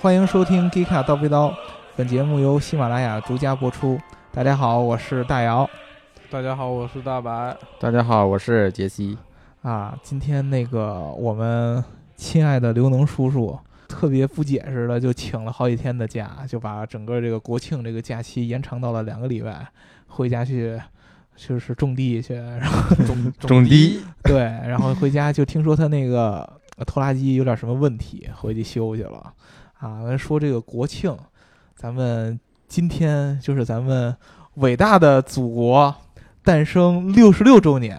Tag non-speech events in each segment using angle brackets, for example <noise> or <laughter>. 欢迎收听《g 卡刀逼刀》，本节目由喜马拉雅独家播出。大家好，我是大姚大家好，我是大白。大家好，我是杰西。啊。今天那个我们亲爱的刘能叔叔特别不解释的就请了好几天的假，就把整个这个国庆这个假期延长到了两个礼拜，回家去就是种地去，然后种种地， <laughs> 对，然后回家就听说他那个呃拖拉机有点什么问题，回去修去了。啊，咱说这个国庆，咱们今天就是咱们伟大的祖国诞生六十六周年，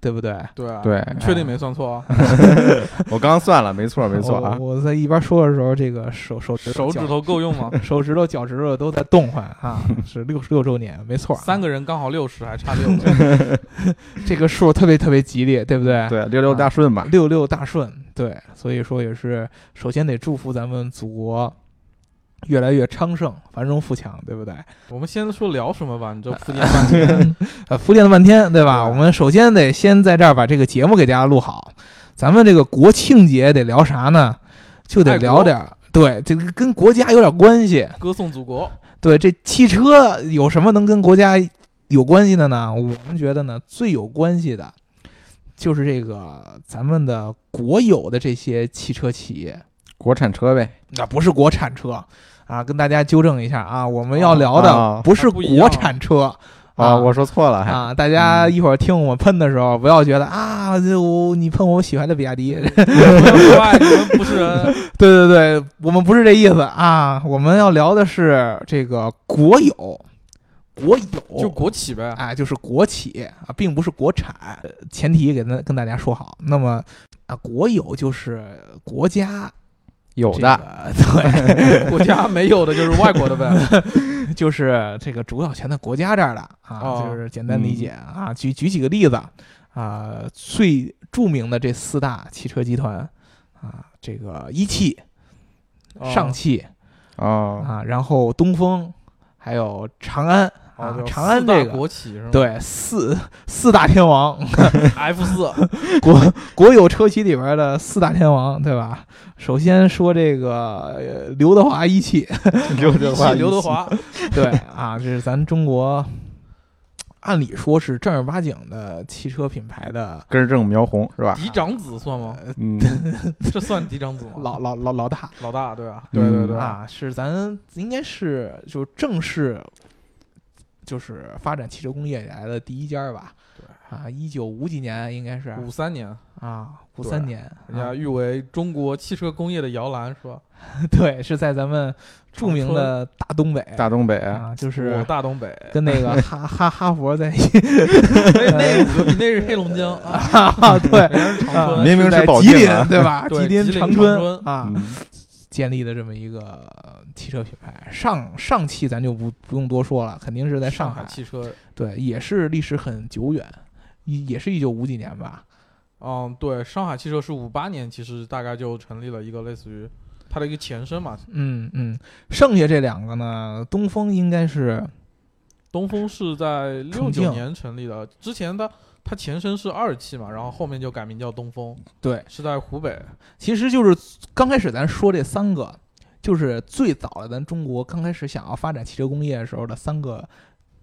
对不对？哎对啊对你确定没算错啊？我刚算了，没错没错啊。我我在一边说的时候，这个手手指手指、头够 <laughs> 用吗脚？手指头、脚趾头都在动换 <laughs> 啊，是六十六周年，没错啊。三个人刚好六十，还差六 <laughs> 个。这个数特别特别吉利，对不对？对，六六大顺吧。六六大顺，对，所以说也是首先得祝福咱们祖国越来越昌盛、繁荣富强，对不 <laughs> 对？我们先说聊什么吧？你这铺 <laughs> 垫半天，呃，敷衍了半天，对吧？对我们首先得先在这儿把这个节目给大家录好。咱们这个国庆节得聊啥呢？就得爱国聊点儿，对，这个跟国家有点关系。歌颂 <laughs> 祖国。对，这汽车有什么能跟国家有关系的呢？我们觉得呢，最有关系的，就是这个咱们的国有的这些汽车企业，国产车呗，那不是国产车啊，跟大家纠正一下啊，我们要哦聊的哦不是那不一样国产车啊，我说错了还。啊，大家嗯一会儿听我们喷的时候，不要觉得啊，这我你喷我喜欢的比亚 <laughs> 迪，国外你们不是人，对对对，我们不是这意思啊，我们要聊的是这个国有，国有就国企呗。啊，就是国企啊，并不是国产，呃前提给跟跟大家说好。那么啊，国有就是国家有这的，个，对，国家没有的就是外国 <laughs> 的呗。就是这个主导权在国家这儿的啊，哦嗯就是简单理解、啊。举举几个例子啊，最著名的这四大汽车集团啊，这个一汽、哦上汽、哦，啊，然后东风，还有长安啊哦，就，长安四大这个。国企是吗？对四四大天王， <laughs> ，F 四国国有车企里边的四大天王，对吧？首先说这个呃刘德华一汽，刘一德汽华，刘 <laughs> 德华， <laughs> 对啊，这是咱中国，按理说是正儿八经的汽车品牌的根正苗红是吧？嫡长子算 <laughs> 吗？嗯，这算嫡长子吗？老老老老大老大对吧？对对对啊，是咱应该是就正式就是发展汽车工业以来的第一家吧？对啊，一九五几年应该是五三年，啊，五三年，人家啊誉为中国汽车工业的摇篮是吧？对是在咱们著名的大东北大东北，啊，就我是。大东北，跟那个哈哈哈佛在一起，那那是你那是黑龙江啊，啊， <laughs> 对，人家是长啊春，哎明明是在是保吉定林啊对吧？对吉林吉林长长春春啊，嗯建立的这么一个呃汽车品牌。上上汽咱就不不用多说了，肯定是在上上海，汽车，对，也是历史很久远，一也是一九五几年吧。嗯，对，上海汽车是五八年，其实大概就成立了一个类似于它的一个前身嘛。嗯嗯，剩下这两个呢，东风应该是东风是在六重九庆年成立的，之前它它前身是二汽嘛，然后后面就改名叫东风，对，是在湖北。其实就是刚开始咱说这三个，就是最早的咱中国刚开始想要发展汽车工业的时候的三个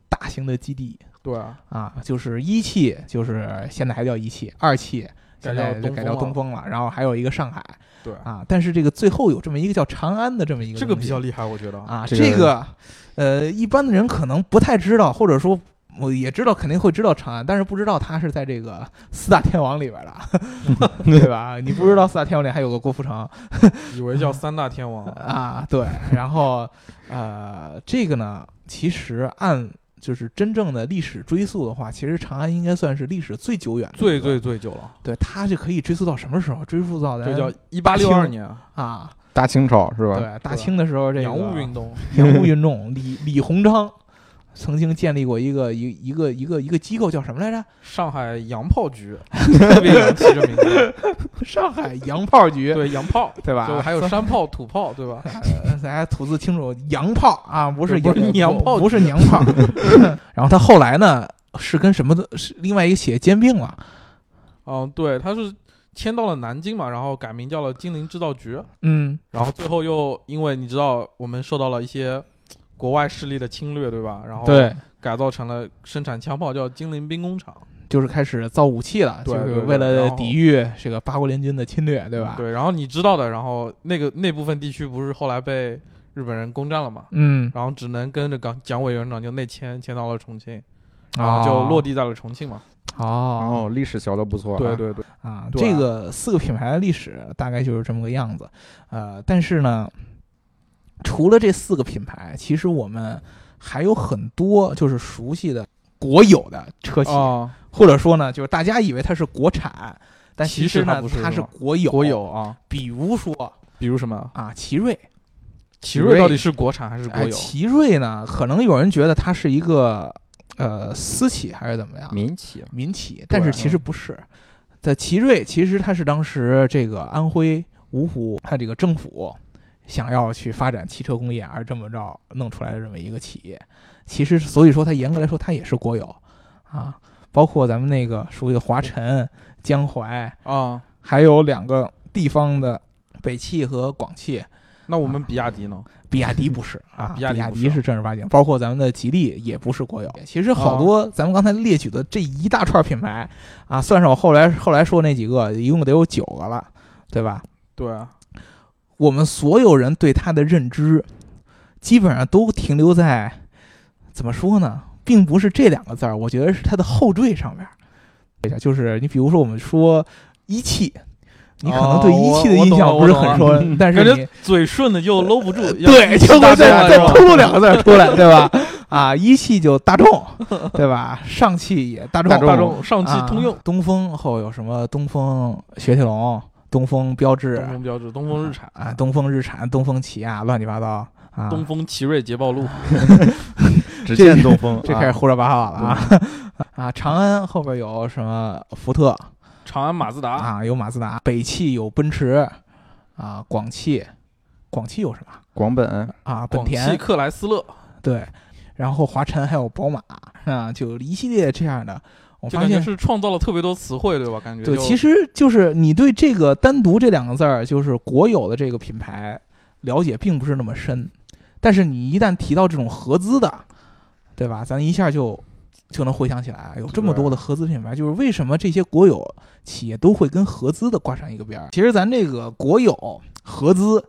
大型的基地对啊，啊，就是一汽，就是现在还叫一汽，二汽。现在改叫就东改叫风东了风了，然后还有一个上海对，啊，但是这个最后有这么一个叫长安的这么一个这个东比西较厉害，我觉得。啊，这这个个呃，一般的人可能不太知道，或者说我也知道，肯定会知道长安，但是不知道它是在这个四大天王里边的， <laughs> 对吧？你不知道四大天王里还有个郭富城以为叫三大天王，啊，对。然后呃，这个呢，其实按就是真正的历史追溯的话，其实长安应该算是历史最久远的一最个最最久了，对，它是可以追溯到什么时候？追溯到咱这叫一八六二年啊，大清朝是吧？对，大清的时候这个洋务运 <laughs> 动。 <laughs> 洋务运动，李李鸿章曾经建立过一个一一个一个一个机构，叫什么来着？ <laughs> 上海洋炮局特别洋气这名字，上海洋炮局，对洋炮，对吧？就还有山炮、土炮，对吧？呃大家吐字清楚，洋炮啊，不是对不是洋洋炮不是娘 <laughs> 炮。然后他后来呢，是跟什么的是另外一个企业兼并了嗯，对，它是迁到了南京嘛，然后改名叫了金陵制造局，嗯，然后最后又因为你知道我们受到了一些国外势力的侵略，哦对吧？然后对，改造成了生产枪炮，叫金陵兵工厂，就是开始造武器了，对就对是对为了然后抵御这个八国联军的侵略，对吧？，对，然后你知道的，然后那个那部分地区不是后来被日本人攻占了嘛，嗯，然后只能跟着蒋蒋委员长就内迁，迁到了重庆，然啊，后就落地在了重庆嘛。哦哦，历史学的不错啊，对对对，啊，对这啊个四个品牌的历史大概就是这么个样子，呃，但是呢，除了这四个品牌，其实我们还有很多就是熟悉的国有的车企，啊，或者说呢，就是大家以为它是国产，但其其实实它呢不是它是是吧国有，国有啊，比如说比如什么？啊，奇瑞，奇瑞瑞到底是国产还是国哎，有？奇瑞呢，可能有人觉得它是一个呃私企还是怎么样，民企嘛民企，但是嗯其实不是。在奇瑞，其实它是当时这个安徽芜湖，它这个政府想要去发展汽车工业，而这么着弄出来的这么一个企业。其实，所以说它严格来说，它也是国有啊。包括咱们那个熟悉的华晨、江淮，啊，还有两个地方的北汽和广汽，那啊我们比亚迪呢？比亚迪不 <laughs> 是啊，比亚迪迪不是是正儿八经，包括咱们的吉利也不是国有。其实好多咱们刚才列举的这一大串品牌啊，算上我后来后来说那几个，一共得有九个了，对吧？对啊，我们所有人对它的认知，基本上都停留在怎么说呢，并不是这两个字儿，我觉得是它的后缀上面儿，就是你比如说我们说一汽。你可能对一汽的哦我我印懂了象不是很我深，懂了但是感觉你嘴顺的又搂不住，要呃对，气就大会家再是再吧秃噜两个字儿出来，对吧？啊，一汽就大 <laughs> 众，对吧？上汽也大众，大大众众上汽啊通用，东风后有什么东风雪铁龙、东风标致东风标致、东风日产啊、东风日产、东风起亚，乱七八糟啊，东风奇瑞捷豹路，<laughs> 只这见东风，这啊开始胡说八道了啊 <laughs> 啊！长安后边有什么福特长安马自达、啊，有马自达，北汽有奔驰啊，广汽，广汽有什么广本啊？本广田汽克莱斯勒，对，然后华晨还有宝马啊，就一系列这样的。我就发感觉现，是创造了特别多词汇，对吧？感觉对，就其实就是你对这个单独这两个字儿，就是国有的这个品牌了解并不是那么深，但是你一旦提到这种合资的，对吧？咱一下就就能回想起来，有这么多的合资品牌，就是为什么这些国有企业都会跟合资的挂上一个边儿？其实咱这个国有合资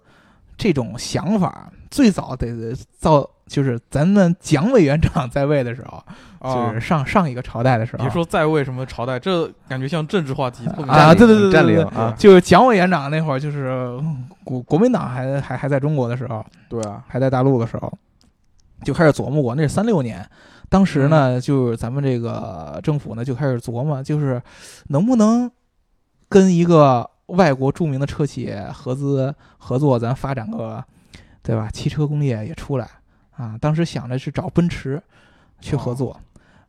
这种想法，最早得造就是咱们蒋委员长在位的时候，啊就是，上上一个朝代的时候，别说在位什么朝代，这感觉像政治话题特别啊像对对对对占对领对啊，就是蒋委员长那会儿，就是嗯国国民党还还还在中国的时候，对啊，还在大陆的时候，就开始琢磨过。那是三六年，当时嗯呢，就是咱们这个政府呢就开始琢磨，就是能不能跟一个外国著名的车企合资合作，咱发展个对吧？汽车工业也出来啊。当时想的是找奔驰去合作、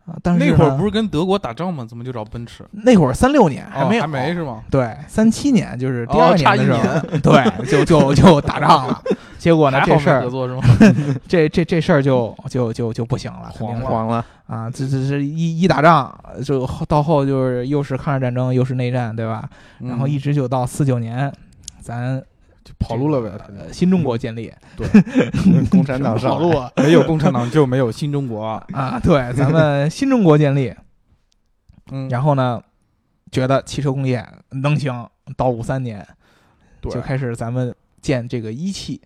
啊，但是哦那会儿是不是跟德国打仗吗？怎么就找奔驰？那会儿三六年还没哦有、还没是吗？对，三七年就是第哦二差年一的时候， <laughs> 对，就就就打仗 <laughs> 了。结果呢还，好这没事合儿，作是吗？这这这事儿就就就就不行了，肯定黄了黄 <laughs> 了，啊！这这这一一打仗，就后到后就是又是抗日战争，又是内战，对吧？然后一直就到四九年，咱嗯就啊跑路了呗这个呃新中国建立，共产党上跑路了没有共产党就没有新中国啊。 <laughs> 啊！对，咱 <laughs> 们新中国建立，嗯，然后呢，觉得汽车工业能行，到五三年对就开始咱们建这个一汽，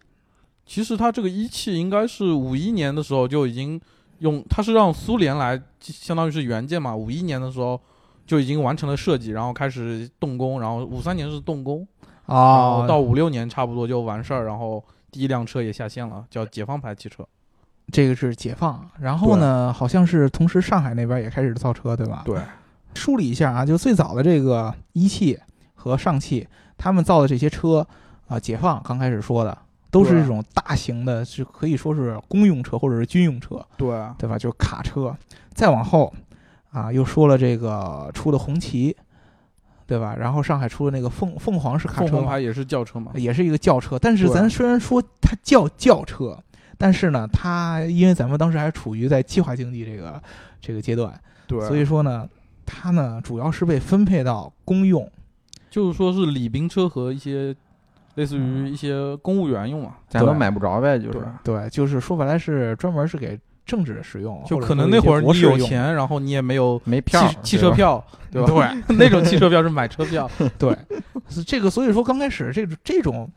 其实它这个一汽应该是五一年的时候就已经用，它是让苏联来，相当于是原件嘛。五一年的时候就已经完成了设计，然后开始动工，然后五三年是动工，然哦后，到五六年差不多就完事儿，然后第一辆车也下线了，叫解放牌汽车。这个是解放，然后呢，好像是同时上海那边也开始造车，对吧？，对，梳理一下啊，就最早的这个一汽和上汽，他们造的这些车啊、解放刚开始说的都是对这种大型的，是可以说是公用车或者是军用车，对，对吧？就是卡车。再往后啊，又说了这个出的红旗，对吧？然后上海出的那个凤凤凰是卡凤车哎凰吗牌也是轿车嘛。也是一个轿车，但是对咱虽然说它叫轿车，但是呢，它因为咱们当时还处于在计划经济这个这个阶段，对，所以说呢，它呢主要是被分配到公用就是说是礼宾车和一些类似于一些公务员用嘛，咱们买不着呗，就是对，就是说白了是专门是给政治使用，就或者可能说那一些会儿国你事有用钱，然后你也没有没汽票，汽对车吧，票，对吧？对， <laughs> 那种汽车票是买车票，对，是这个所以说刚开始这种这种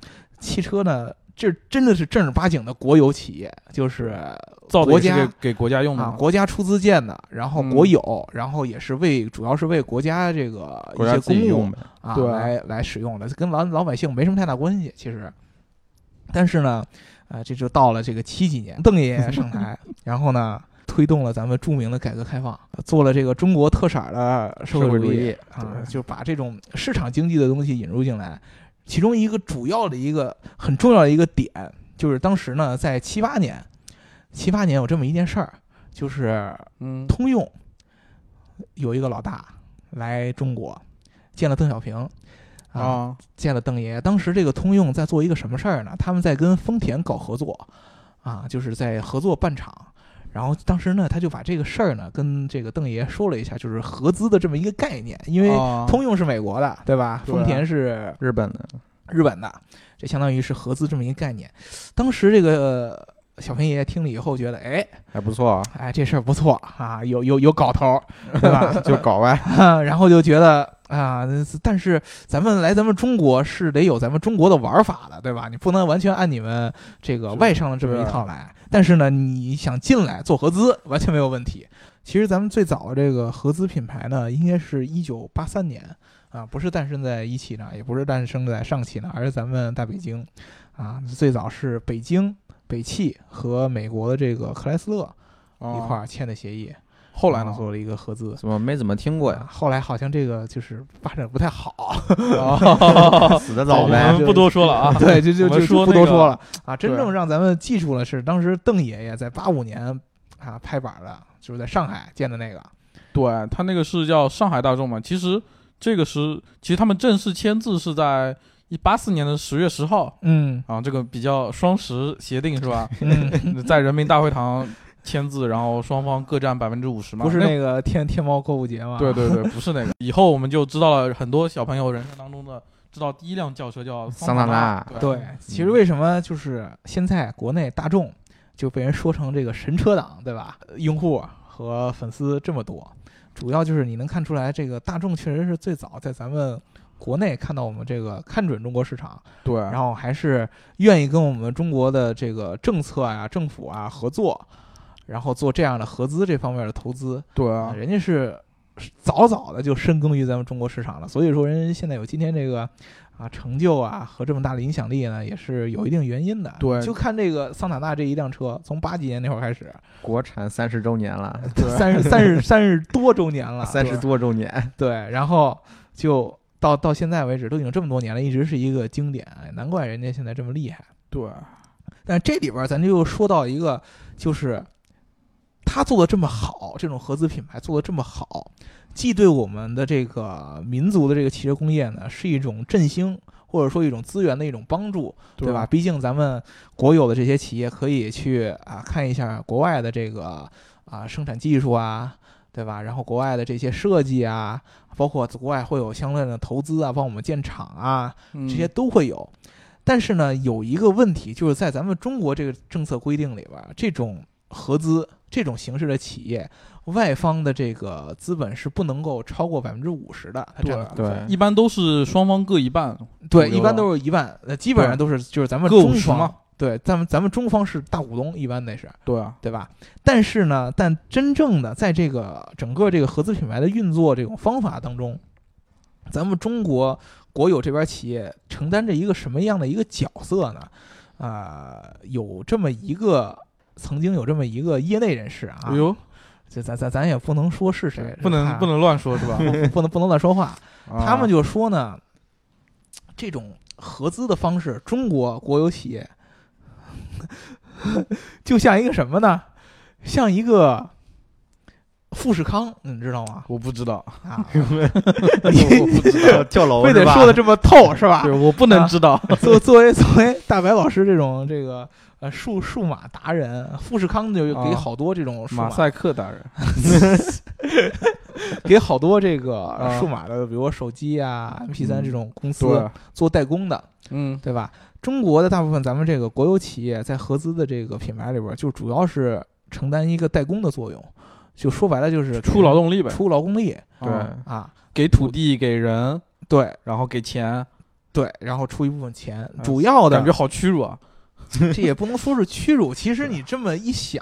汽车呢，这真的是正儿八经的国有企业，就是造的国也家是给给国家用的啊嘛，国家出资建的，然后嗯国有，然后也是为主要是为国家这个一国家些自己公务用呗，啊对来来使用的，跟老老百姓没什么太大关系其实。但是呢，啊、这就到了这个七几年，邓爷爷上台，然后呢。推动了咱们著名的改革开放，做了这个中国特色儿的社社会会主主义，义，啊，对就把这种市场经济的东西引入进来。其中一个主要的一个很重要的一个点，就是当时呢，在七八年，七八年有这么一件事儿，就是嗯，通用有一个老大来中国，见了邓小平，啊，啊，见了邓爷爷。当时这个通用在做一个什么事儿呢？他们在跟丰田搞合作，啊，就是在合作办厂。然后当时呢，他就把这个事儿呢跟这个邓爷爷说了一下，就是合资的这么一个概念，因为啊通用是美国的，对吧？对啊丰田是日本的，日本的，这相当于是合资这么一个概念。当时这个呃小平爷爷听了以后觉得，哎还不错啊，哎，这事儿不错啊，有有有搞头儿，对吧？ <laughs> <laughs> 就搞呗，然后就觉得啊，但是咱们来咱们中国是得有咱们中国的玩法的，对吧？你不能完全按你们这个是外商的这么一套来。但是呢，你想进来做合资完全没有问题。其实咱们最早的这个合资品牌呢，应该是一九八三年啊，不是诞生在一汽呢，也不是诞生在上汽呢，而是咱们大北京啊，最早是北京北汽和美国的这个克莱斯勒啊 <laughs> 一块儿签的协议，后来呢？做了一个合资。怎么没怎么听过啊呀？后来好像这个就是发展不太好，啊死的我早呗，们不多说了啊， <laughs> <laughs> 对，就就我们就说就不多那个说了啊。真对正让咱们记住了是当时邓爷爷在八五年啊拍板的，就是在上海建的那个，对他那个是叫上海大众嘛，其实这个是其实他们正式签字是在一八四年的十月十号嗯啊，这个比较双十协定是 <laughs> 吧？嗯，在人民大会堂签字，然后双方各占百分之五十嘛，不是那那个天天猫购物节吗？对对对，不是那个。以后我们就知道了很多小朋友人生当中的知道第一辆轿车叫桑塔塔纳纳，对，嗯其实为什么就是现在国内大众就被人说成这个神车党，对吧？呃用户和粉丝这么多，主要就是你能看出来，这个大众确实是最早在咱们国内看到我们这个看准中国市场。对，然后还是愿意跟我们中国的这个政策啊、政府啊合作，然后做这样的合资这方面的投资，对啊，人家是早早的就深耕于咱们中国市场了。所以说，人家现在有今天这个啊成就啊和这么大的影响力呢，也是有一定原因的。对就看这个桑塔纳这一辆车，从八几年那会儿开始，国产三十周年了，对三十三十三十多周年了，三十多周年，对，然后就。到到现在为止都已经这么多年了，一直是一个经典，哎难怪人家现在这么厉害。对但这里边儿咱就又说到一个，就是他做的这么好，这种合资品牌做的这么好，既对我们的这个民族的这个汽车工业呢是一种振兴，或者说一种资源的一种帮助，对吧？？毕竟咱们国有的这些企业可以去啊看一下国外的这个啊生产技术啊，对吧？然后国外的这些设计啊，包括国外会有相应的投资啊，帮我们建厂啊，嗯这些都会有。但是呢，有一个问题，就是在咱们中国这个政策规定里边儿，这种合资这种形式的企业，外方的这个资本是不能够超过百分之五十的，它占的股对份一般都是双方各一半，对，左右一般都是一万，呃，基本上都是就是咱们各中五十方，嘛。对，咱们咱们中方是大股东，一般得是，对啊，对吧？但是呢，但真正的在这个整个这个合资品牌的运作这种方法当中，咱们中国国有这边企业承担着一个什么样的一个角色呢？啊、有这么一个曾经有这么一个业内人士啊哎，呦，这咱咱咱也不能说是谁，不能不能乱说， <laughs> 是吧？能不能不能乱说话，啊他们就说呢，这种合资的方式，中国国有企业 <laughs> 就像一个什么呢？像一个富士康，你知道吗？我不知道，啊，我不知道跳楼非得是吧说的这么透是吧 <laughs> 对？我不能知道。作作为作为大白老师这种这个呃数数码达人，富士康就给啊好多这种数马码赛克达人，给好多这个啊数码的，比如说手机啊、MP 三嗯这种公司对，做代工的，嗯，对吧？中国的大部分咱们这个国有企业在合资的这个品牌里边儿，就主要是承担一个代工的作用，就说白了就是出劳动力呗，出劳动力对，啊啊，给土地给人，对然后给钱，对，然后出一部分钱，啊主要的感觉好屈辱啊。这也不能说是屈辱。其实你这么一想，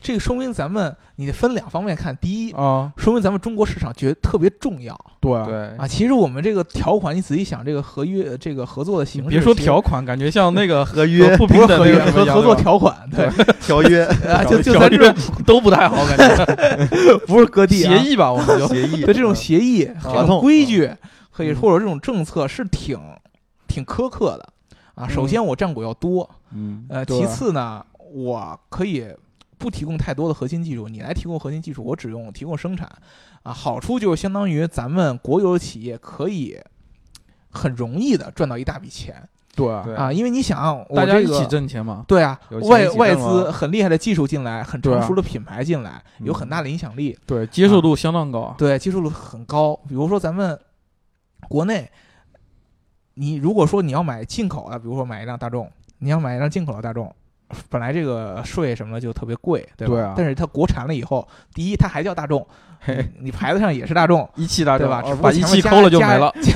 这个说明咱们你分两方面看，第一，啊，说明咱们中国市场觉得特别重要对啊，对，啊。其实我们这个条款，你仔细想，这个合约呃这个合作的形式，别说其实条款，感觉像那个合 <laughs> 约不不平是等合那约个什么合一样合作对吧条款，对条约啊，就就条咱这种条约都不太好，感觉不是割地啊协议嗯吧，我们就协议对这种协议、合这种同规矩，可以嗯或者这种政策是挺挺苛刻的啊。首嗯先，我占股要多， <laughs> 嗯呃，对其次呢，我可以不提供太多的核心技术，你来提供核心技术，我只用提供生产啊。好处就是相当于咱们国有企业可以很容易的赚到一大笔钱对啊，对啊，因为你想，我大家这一起个。挣钱嘛。对啊有，钱外一起挣外了资很厉害的技术进来，很对成啊熟的品牌进来，有很大的影响力。对，接受度相当高啊。对，接受度很高。比如说咱们国内，你如果说你要买进口的，比如说买一辆大众，你要买一辆进口的大众，本来这个税什么的就特别贵，对吧？对啊但是它国产了以后，第一它还叫大众，你牌子上也是大众，一汽大对众吧？啊只不过把一前面汽加抠了就没了，，加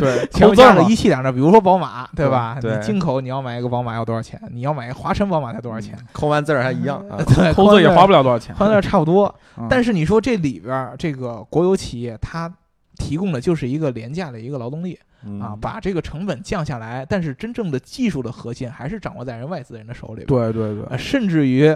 对， <laughs> 前 <laughs> 抠面字加儿了嘛一汽两个，比如说宝马，对吧？对你进口你要买一个宝马要多少钱？你要买一个华晨宝马才多少钱？？，扣完字儿还一样啊 <laughs> <laughs> 对，嗯抠字儿也花不了多少钱。哎宽带差不多。 <laughs> 嗯但是你说这里边儿这个国有企业，它提供的就是一个廉价的一个劳动力啊，嗯把这个成本降下来，但是真正的技术的核心还是掌握在人外资人的手里边。对对呃，对，甚至于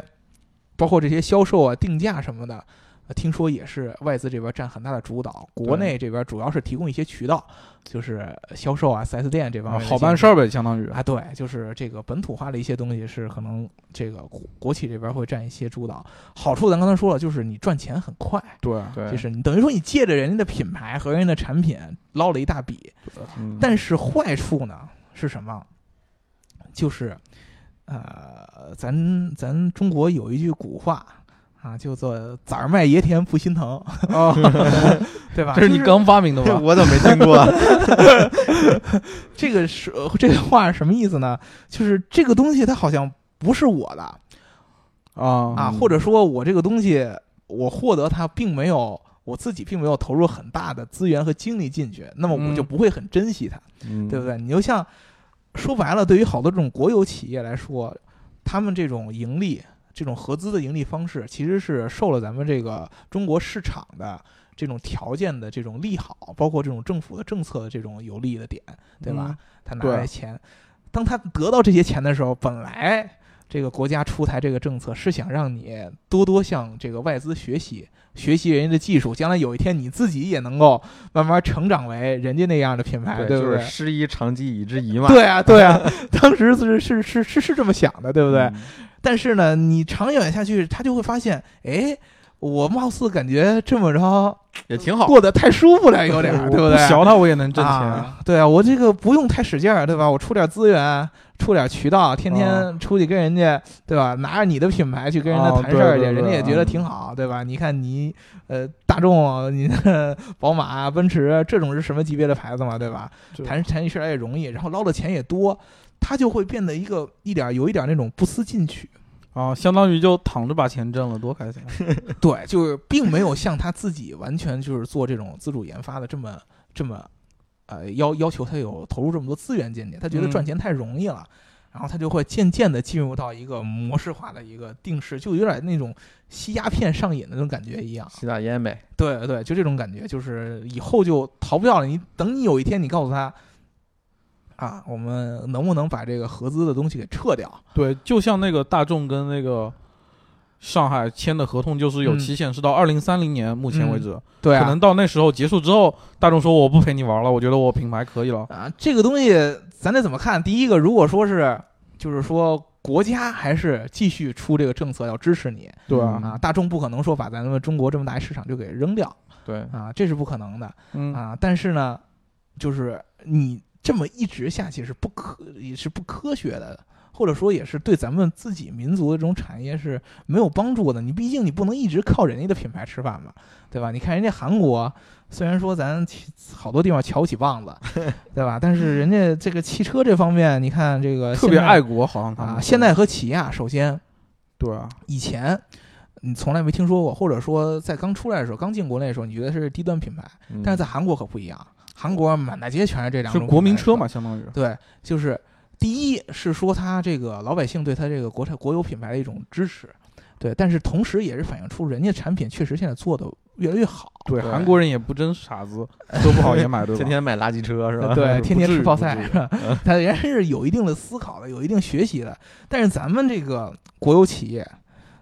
包括这些销售啊、定价什么的。呃听说也是外资这边占很大的主导，国内这边主要是提供一些渠道，就是销售啊、4S 店这方啊面的好办事儿呗，相当于竞争啊。对，就是这个本土化的一些东西是可能这个国国企这边会占一些主导。好处咱刚才说了，就是你赚钱很快，对，对，就是你等于说你借着人家的品牌和人家的产品捞了一大笔，嗯 <laughs> 但是坏处呢是什么？就是，呃，咱咱中国有一句古话啊，叫做“崽儿卖爷田不心疼啊，”， <laughs> 对吧？这是你就刚发明的吧？我怎么没听过？这个是呃这个话是什么意思呢？就是这个东西它好像不是我的啊啊，嗯或者说我这个东西我获得它并没有。我自己并没有投入很大的资源和精力进去，那么我就嗯不会很珍惜它。嗯对不对？对？你就像说白了，对于好多这种国有企业来说，他们这种盈利、这种合资的盈利方式，其实是受了咱们这个中国市场的这种条件的这种利好，包括这种政府的政策的这种有利的点，对吧？嗯他拿对来钱，当他得到这些钱的时候，本来。这个国家出台这个政策是想让你多多向这个外资学习，学习人家的技术，将来有一天你自己也能够慢慢成长为人家那样的品哎牌，对不就对？是师夷长技以制夷嘛，对啊，对啊，当时是是是是是这么想的，对不对？嗯？但是呢，你长远下去，他就会发现，哎，我貌似感觉这么着也挺好。过得太舒服了，有点儿， <laughs> 我对不对？学他我也能挣钱。啊，对啊，我这个不用太使劲儿，对吧？我出点资源，出点渠道，天天出去跟人家，对吧？拿着你的品牌去跟人家哦谈对事儿去，对人家也对觉得嗯挺好，对吧？你看你，呃，大众、 <laughs> 你的呃宝马、啊奔驰这种是什么级别的牌子嘛，对吧？就谈谈起事来也容易，然后捞的钱也多，他就会变得一个一点儿有一点儿那种不思进取，啊，相当于就躺着把钱挣了，多 <laughs> 开心！啊对，就是并没有像他自己完全就是做这种自主研发的这么这么，呃，要要求他有投入这么多资源进去，他觉得嗯赚钱太容易了，然后他就会渐渐的进入到一个模式化的一个定式，就有点那种吸鸦片上瘾的那种感觉一样。吸大烟呗，对对，就这种感觉，就是以后就逃不掉了。你等你有一天，你告诉他，啊，我们能不能把这个合资的东西给撤掉？对，就像那个大众跟那个上海签的合同，就是有嗯期限，是到二零三零年目前为止。对可啊，能到那时候结束之后，大众说我不陪你玩了，我觉得我品牌可以了。啊，这个东西咱得怎么看？第一个，如果说是就是说国家还是继续出这个政策要支持你对啊，啊，大众不可能说把咱们中国这么大一市场就给扔掉对，啊，这是不可能的嗯，啊。但是呢，就是你这么一直下去是不科也是不科学的。或者说也是对咱们自己民族的这种产业是没有帮助的。你毕竟你不能一直靠人家的品牌吃饭吧，对吧？你看人家韩国，虽然说咱其好多地方瞧不起棒子， <laughs> 对吧？但是人家这个汽车这方面，你看这个嗯特现别在爱国，好像他们啊，说现代和起亚，首先对啊，以前你从来没听说过，或者说在刚出来的时候，刚进国内的时候，你觉得是低端品牌，嗯但是在韩国可不一样，韩国满大街全是这两是种国民品牌车嘛，相当于对，就是第一是说它这个老百姓对它这个国产国有品牌的一种支持，对，但是同时也是反映出人家产品确实现在做的越来越好，对，对韩国人也不真傻子， <laughs> 车不好也买，对吧天？天买垃圾车是吧？啊对， <laughs> 不天天至吃于泡不菜至于， <laughs> 他人家是有一定的思考的，有一定学习的，但是咱们这个国有企业，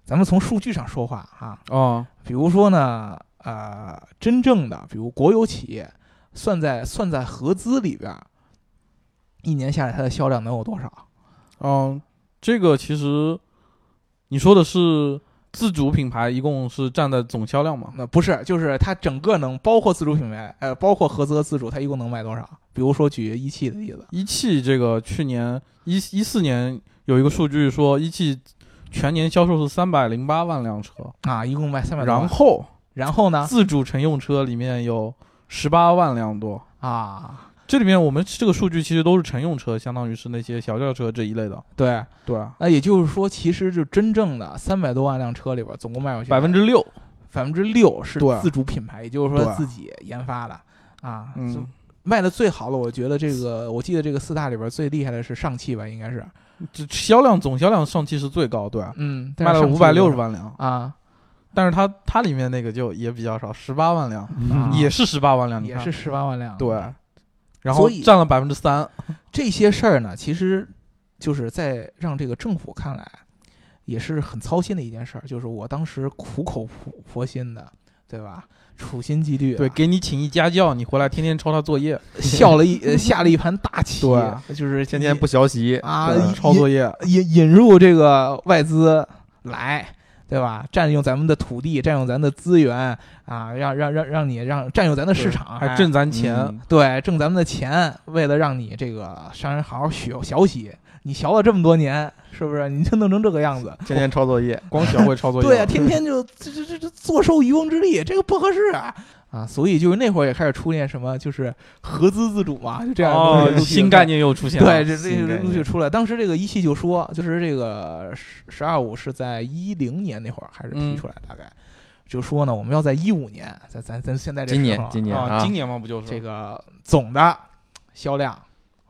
咱们从数据上说话啊，哦，比如说呢，呃，真正的比如国有企业，算在算在合资里边儿，一年下来它的销量能有多少？嗯，这个其实你说的是自主品牌，一共是占的总销量嘛？那不是，就是它整个能包括自主品牌，呃，包括合资和自主，它一共能卖多少？比如说举一汽的例子，一汽这个去年一一四年有一个数据说，一汽全年销售是三百零八万辆车，啊，一共卖三百多万。啊然后然后呢？自主乘用车里面有十八万辆多。啊，这里面我们这个数据其实都是乘用车，相当于是那些小轿车这一类的，对，对啊，那也就是说，其实就真正的三百多万辆车里边，总共卖过去百分之六，百分之六是对自主品牌，也就是说对自己研发的啊。就嗯，卖的最好的，我觉得这个，我记得这个四大里边最厉害的是上汽吧，应该是，这销量总销量上汽是最高，对啊，嗯，但卖是了上汽五百六十多万辆，少啊，但是它它里面那个就也比较少，十八万辆，啊也是十八万辆，你也看是十八万辆，对，然后所以占了百分之三，这些事儿呢，其实就是在让这个政府看来也是很操心的一件事儿，就是我当时苦口婆婆心的，对吧？处心积虑啊，对，给你请一家教，你回来天天抄他作业，笑了一呃下了一盘大棋，啊对就是天天不学习啊对一抄作业，引引入这个外资来。对吧？占用咱们的土地，占用咱的资源啊，让让让让你让占用咱的市场，啊还挣咱嗯钱，对，挣咱们的钱，为了让你这个商人好好学学习，你学了这么多年，是不是？你就弄成这个样子，天天抄作业，光学会抄作业，对啊，天天就这这这这坐收渔翁之利，这个不合适啊啊！所以就是那会儿也开始出现什么，就是合资自主啊嘛，就这样的东西哦，陆续新概念又出现了，对，这啊新概这念陆续出来。当时这个一汽就说，就是这个十十二五是在一零年那会儿开始提嗯出来，大概、就说呢，我们要在一五年，咱咱咱现在这今时年候今年啊，啊今年嘛不就是这个总的销量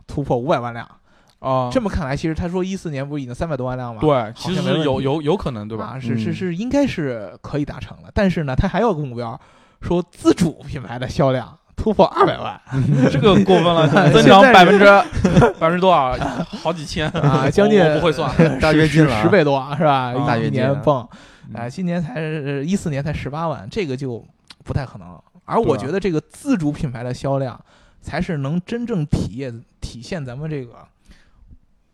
突破五百万辆。哦啊，这么看来，其实他说一四年不是已经三百多万辆吗？对，好其实像没问是有题有有可能对吧？啊，是是嗯是，应该是可以达成的。但是呢，他还有个目标，说自主品牌的销量突破二百万，啊这个过分了 <laughs> 增现长在百是分之 <laughs> 百分之多少？好几千啊，我将近我不会算。 <laughs> 大跃进十了啊十倍多啊是吧？大一跃一进年了蹦嗯啊，今年才一四年才十八万，这个就不太可能。而我对啊觉得这个自主品牌的销量，才是能真正体验体现咱们这个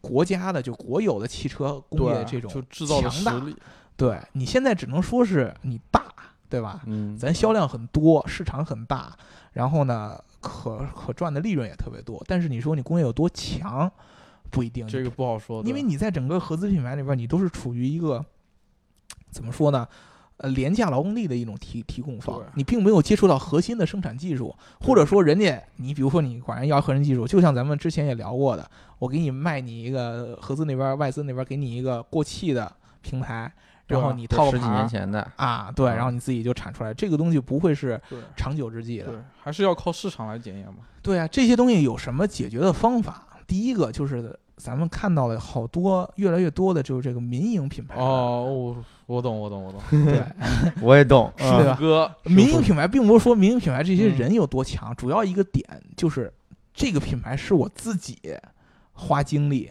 国家的就国有的汽车工业对，这种就制造的强实大嗯力，对你现在只能说是你大，对吧？嗯，咱销量很多，市场很大，然后呢，可可赚的利润也特别多。但是你说你工业有多强，不一定。这个不好说。因为对你在整个合资品牌里边，你都是处于一个怎么说呢？呃，廉价劳动力的一种提提供方对，你并没有接触到核心的生产技术，或者说人家你比如说你管人要核心技术，就像咱们之前也聊过的，我给你卖你一个合资那边外资那边给你一个过气的平台，对然啊后你这套个十几牌年儿前的，啊，对，然后你自己就产出来，这个东西不会是对长久之计的。对，还是要靠市场来检验嘛。对啊，这些东西有什么解决的方法？第一个就是咱们看到的好多越来越多的就是这个民营品牌，哦，我我懂，我懂，我懂。对，我也懂， <laughs> 是啊对吧？哥， <laughs> 民营品牌并不是说民营品牌这些嗯人有多强，主要一个点就是这个品牌是我自己花精力、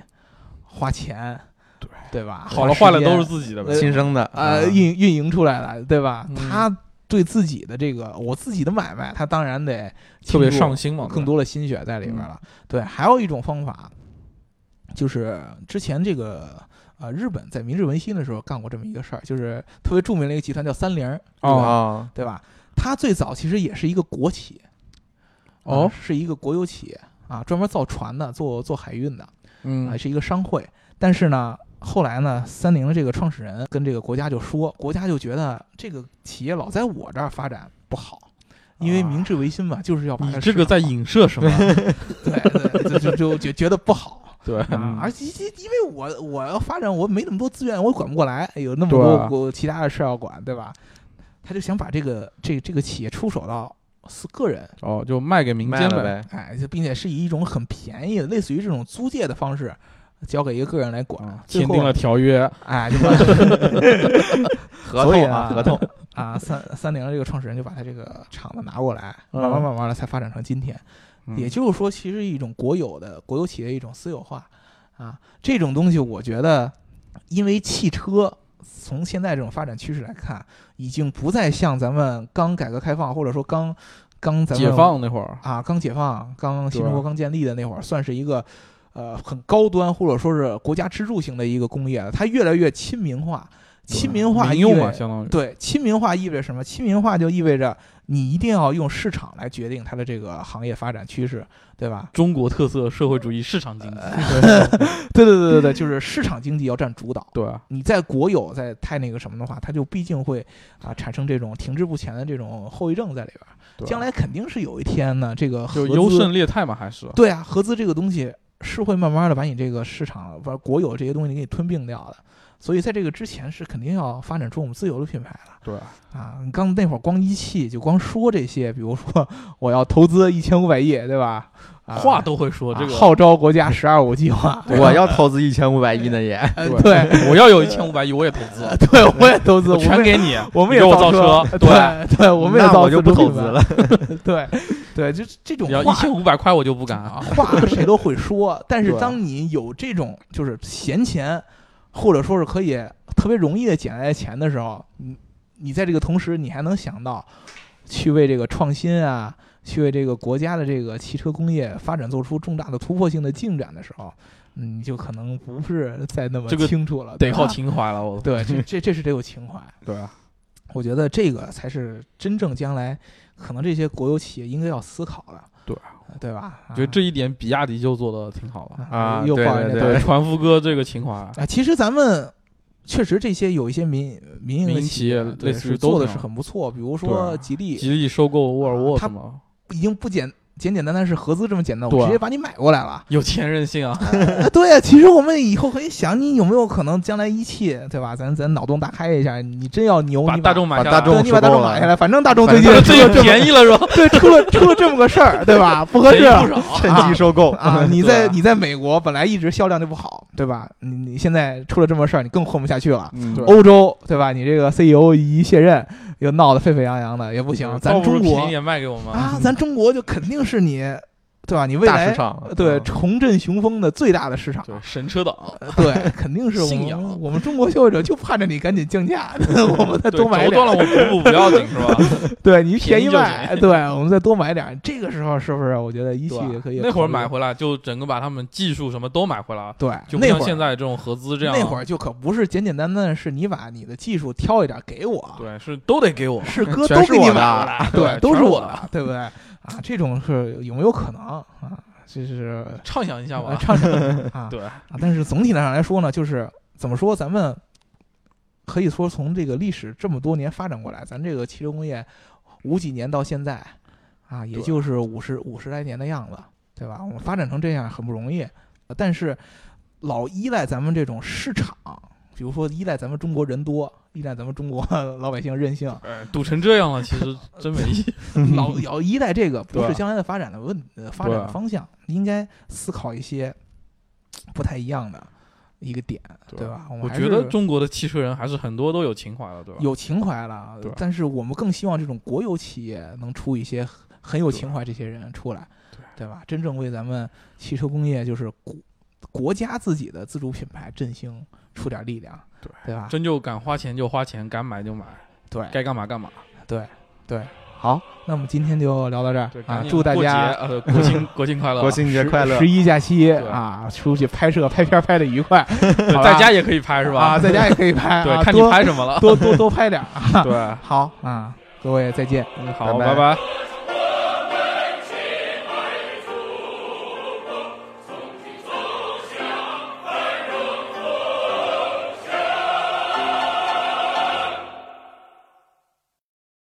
花钱，对对吧？好了坏花了时间都是自己的呗呃。嗯亲生的呃运运营出来的，对吧？嗯他对自己的这个我自己的买卖，他当然得特别倾注上心嘛，更多多的心血在里边了。嗯对，还有一种方法，就是之前这个呃日本在明治维新的时候干过这么一个事儿，就是特别著名的一个集团叫三菱儿，哦啊，对吧？它最早其实也是一个国企，啊哦，是一个国有企业啊，专门造船的，做做海运的，啊，嗯是一个商会。但是呢，后来呢，三菱的这个创始人跟这个国家就说，国家就觉得这个企业老在我这儿发展不好，因为明治维新嘛，就是要把它啊你这个市场在影 <laughs> 射什么？对对，就就就觉得不好。 <laughs> 对，啊嗯，而且因为我我要发展，我没那么多资源，我管不过来，有那么对多啊我其他的事儿要管，对吧？他就想把这个这这个企业出手到是个人，哦，就卖给民卖间了呗。呗，哎，就并且是以一种很便宜的，类似于这种租借的方式，交给一个个人来管啊，，最签后订了，条约，哎，就把合所以同啊啊，合同，啊三三菱的这个创始人就把他这个厂子拿过来，嗯慢慢慢慢的才发展成今天。嗯也就是说，其实一种国有的国有企业一种私有化啊，这种东西，我觉得，因为汽车从现在这种发展趋势来看，已经不再像咱们刚改革开放或者说刚刚咱们解放那会儿，啊，刚解放、刚新中国对刚建立的那会儿，算是一个呃很高端或者说是国家支柱型的一个工业了，它越来越亲民化，亲民化民意用味嘛，相当于对，亲民化意味着什么？亲民化就意味着你一定要用市场来决定它的这个行业发展趋势，对吧？中国特色社会主义市场经济。呃对对对对 <laughs> 对，就是市场经济要占主导。对啊，你在国有在太那个什么的话，它就毕竟会啊、产生这种停滞不前的这种后遗症在里边儿。对啊将来肯定是有一天呢，这个就合优资胜劣汰嘛，还是对啊，合资这个东西是会慢慢的把你这个市场玩国有这些东西给你吞并掉的，所以在这个之前是肯定要发展出我们自有的品牌了。对啊，啊，你刚那会儿光一汽就光说这些，比如说我要投资一千五百亿，对吧？啊、话都会说啊这个。号召国家“十二五”计划，啊我要投资一千五百亿呢也，呃对对我要有一千五百亿，我也投资， <laughs> <laughs> 对，我也 <laughs> 投资，我我全们也给你， <laughs> 我们你也给我造车， <laughs> 车，对对，我们也那造我就自主不投品资牌了，。对对，就是这种你要一话千五百块我就不敢啊，啊。 <laughs> 话谁都会说，但是对当你有这种就是闲钱，或者说是可以特别容易的捡来钱的时候，你你在这个同时，你还能想到去为这个创新啊，去为这个国家的这个汽车工业发展做出重大的突破性的进展的时候，嗯你就可能不是再那么这个清楚了，得靠情。情怀了，我对，这这这是得有情怀。对啊，我觉得这个才是真正将来可能这些国有企业应该要思考的，对对吧？觉得这一点比亚迪就做的挺好了。啊啊又对报人家对道对，歉船夫哥这个情怀，啊，其实咱们确实这些有一些民民营的啊民营企业对类似于是都做的这是样很不错，比如对说啊吉利吉利收购沃尔沃啊他什么，已经不简简简单单是合资这么简单，对我啊。直接把你买过来了 <laughs> 有钱任性啊！啊对呀、其实我们以后可以想，你有没有可能将来一汽，对吧？咱咱脑洞大开一下，你真要牛，把你大众把买下大来，对， <laughs> 众你把收大众购买了下来，反正大众反最近正这出最了这么便宜了是吧？对出了出了这么个事儿，对吧？不合便适宜不少，趁机收购 <laughs> 啊！你对在啊你在美国本来一直销量就不好，对吧？你你现在出了这么事儿，你更混不下去了。嗯对欧洲对吧？你这个 CEO 一卸任，又闹得沸沸扬扬的，也不行。 <laughs> 咱倒不中如便宜国点卖给我们，啊，咱中国就肯定是你，对吧？你未大来市场呃，对嗯重振雄风的最大的市场，对，神车党，对，肯定是我信们仰我们中国消费者就盼着你赶紧降 <laughs> 价，我们再对，多买着一点 <laughs> 断，了我补补不要紧是吧？对你便宜便宜就卖，对我们再多买点。这个时候是不是？我觉得一汽也对可以吧那会考儿虑买回来就整个把他们技术什么都买回来，对，就不那像会现儿在这种合资这样。那会儿就可不是简简单单的是你把你的技术挑一点给我，对是都得给我，是哥全都是给你买我的过来，啊对，对都全是是我我的的，对不对？啊，这种是有没有可能啊？就是畅想一下呃吧。畅想啊，对啊，但是总体上来说呢，就是怎么说，咱们可以说从这个历史这么多年发展过来，咱这个汽车工业五几年到现在啊，也对就是五十五十来年的样子，对吧？我们发展成这样很不容易，呃但是老依赖咱们这种市场，比如说依赖咱们中国人多，依赖咱们中国 <laughs> 老百姓任性，哎，赌成这样了，其 <laughs> 实真没意义。老要依赖这个，不嗯对是啊将来的发展的问呃发展的方向，应该思考一些不太一样的一个点，对吧？我我们还觉得是中国的汽车人还是很多都有情怀的，对吧？有情怀了呃对啊，但是我们更希望这种国有企业能出一些很很有情怀这些人出来，对吧？真正为咱们汽车工业就是国国家自己的自主品牌振兴出点力量，对对吧？真就敢花钱就花钱，敢买就买，对该干嘛干嘛。对对，好，那我们今天就聊到这儿对，赶啊！紧祝大过家节 <laughs> 呃国庆国庆快乐啊，国庆节快乐十，一假期对啊，出去拍摄拍片儿拍的愉 <laughs> 快，对好吧在家也可以拍是吧啊，？在家也可以拍啊，对，看你多 <laughs> 拍什么了。多多多拍点儿啊。对，好啊，各位再见。嗯好，拜拜拜。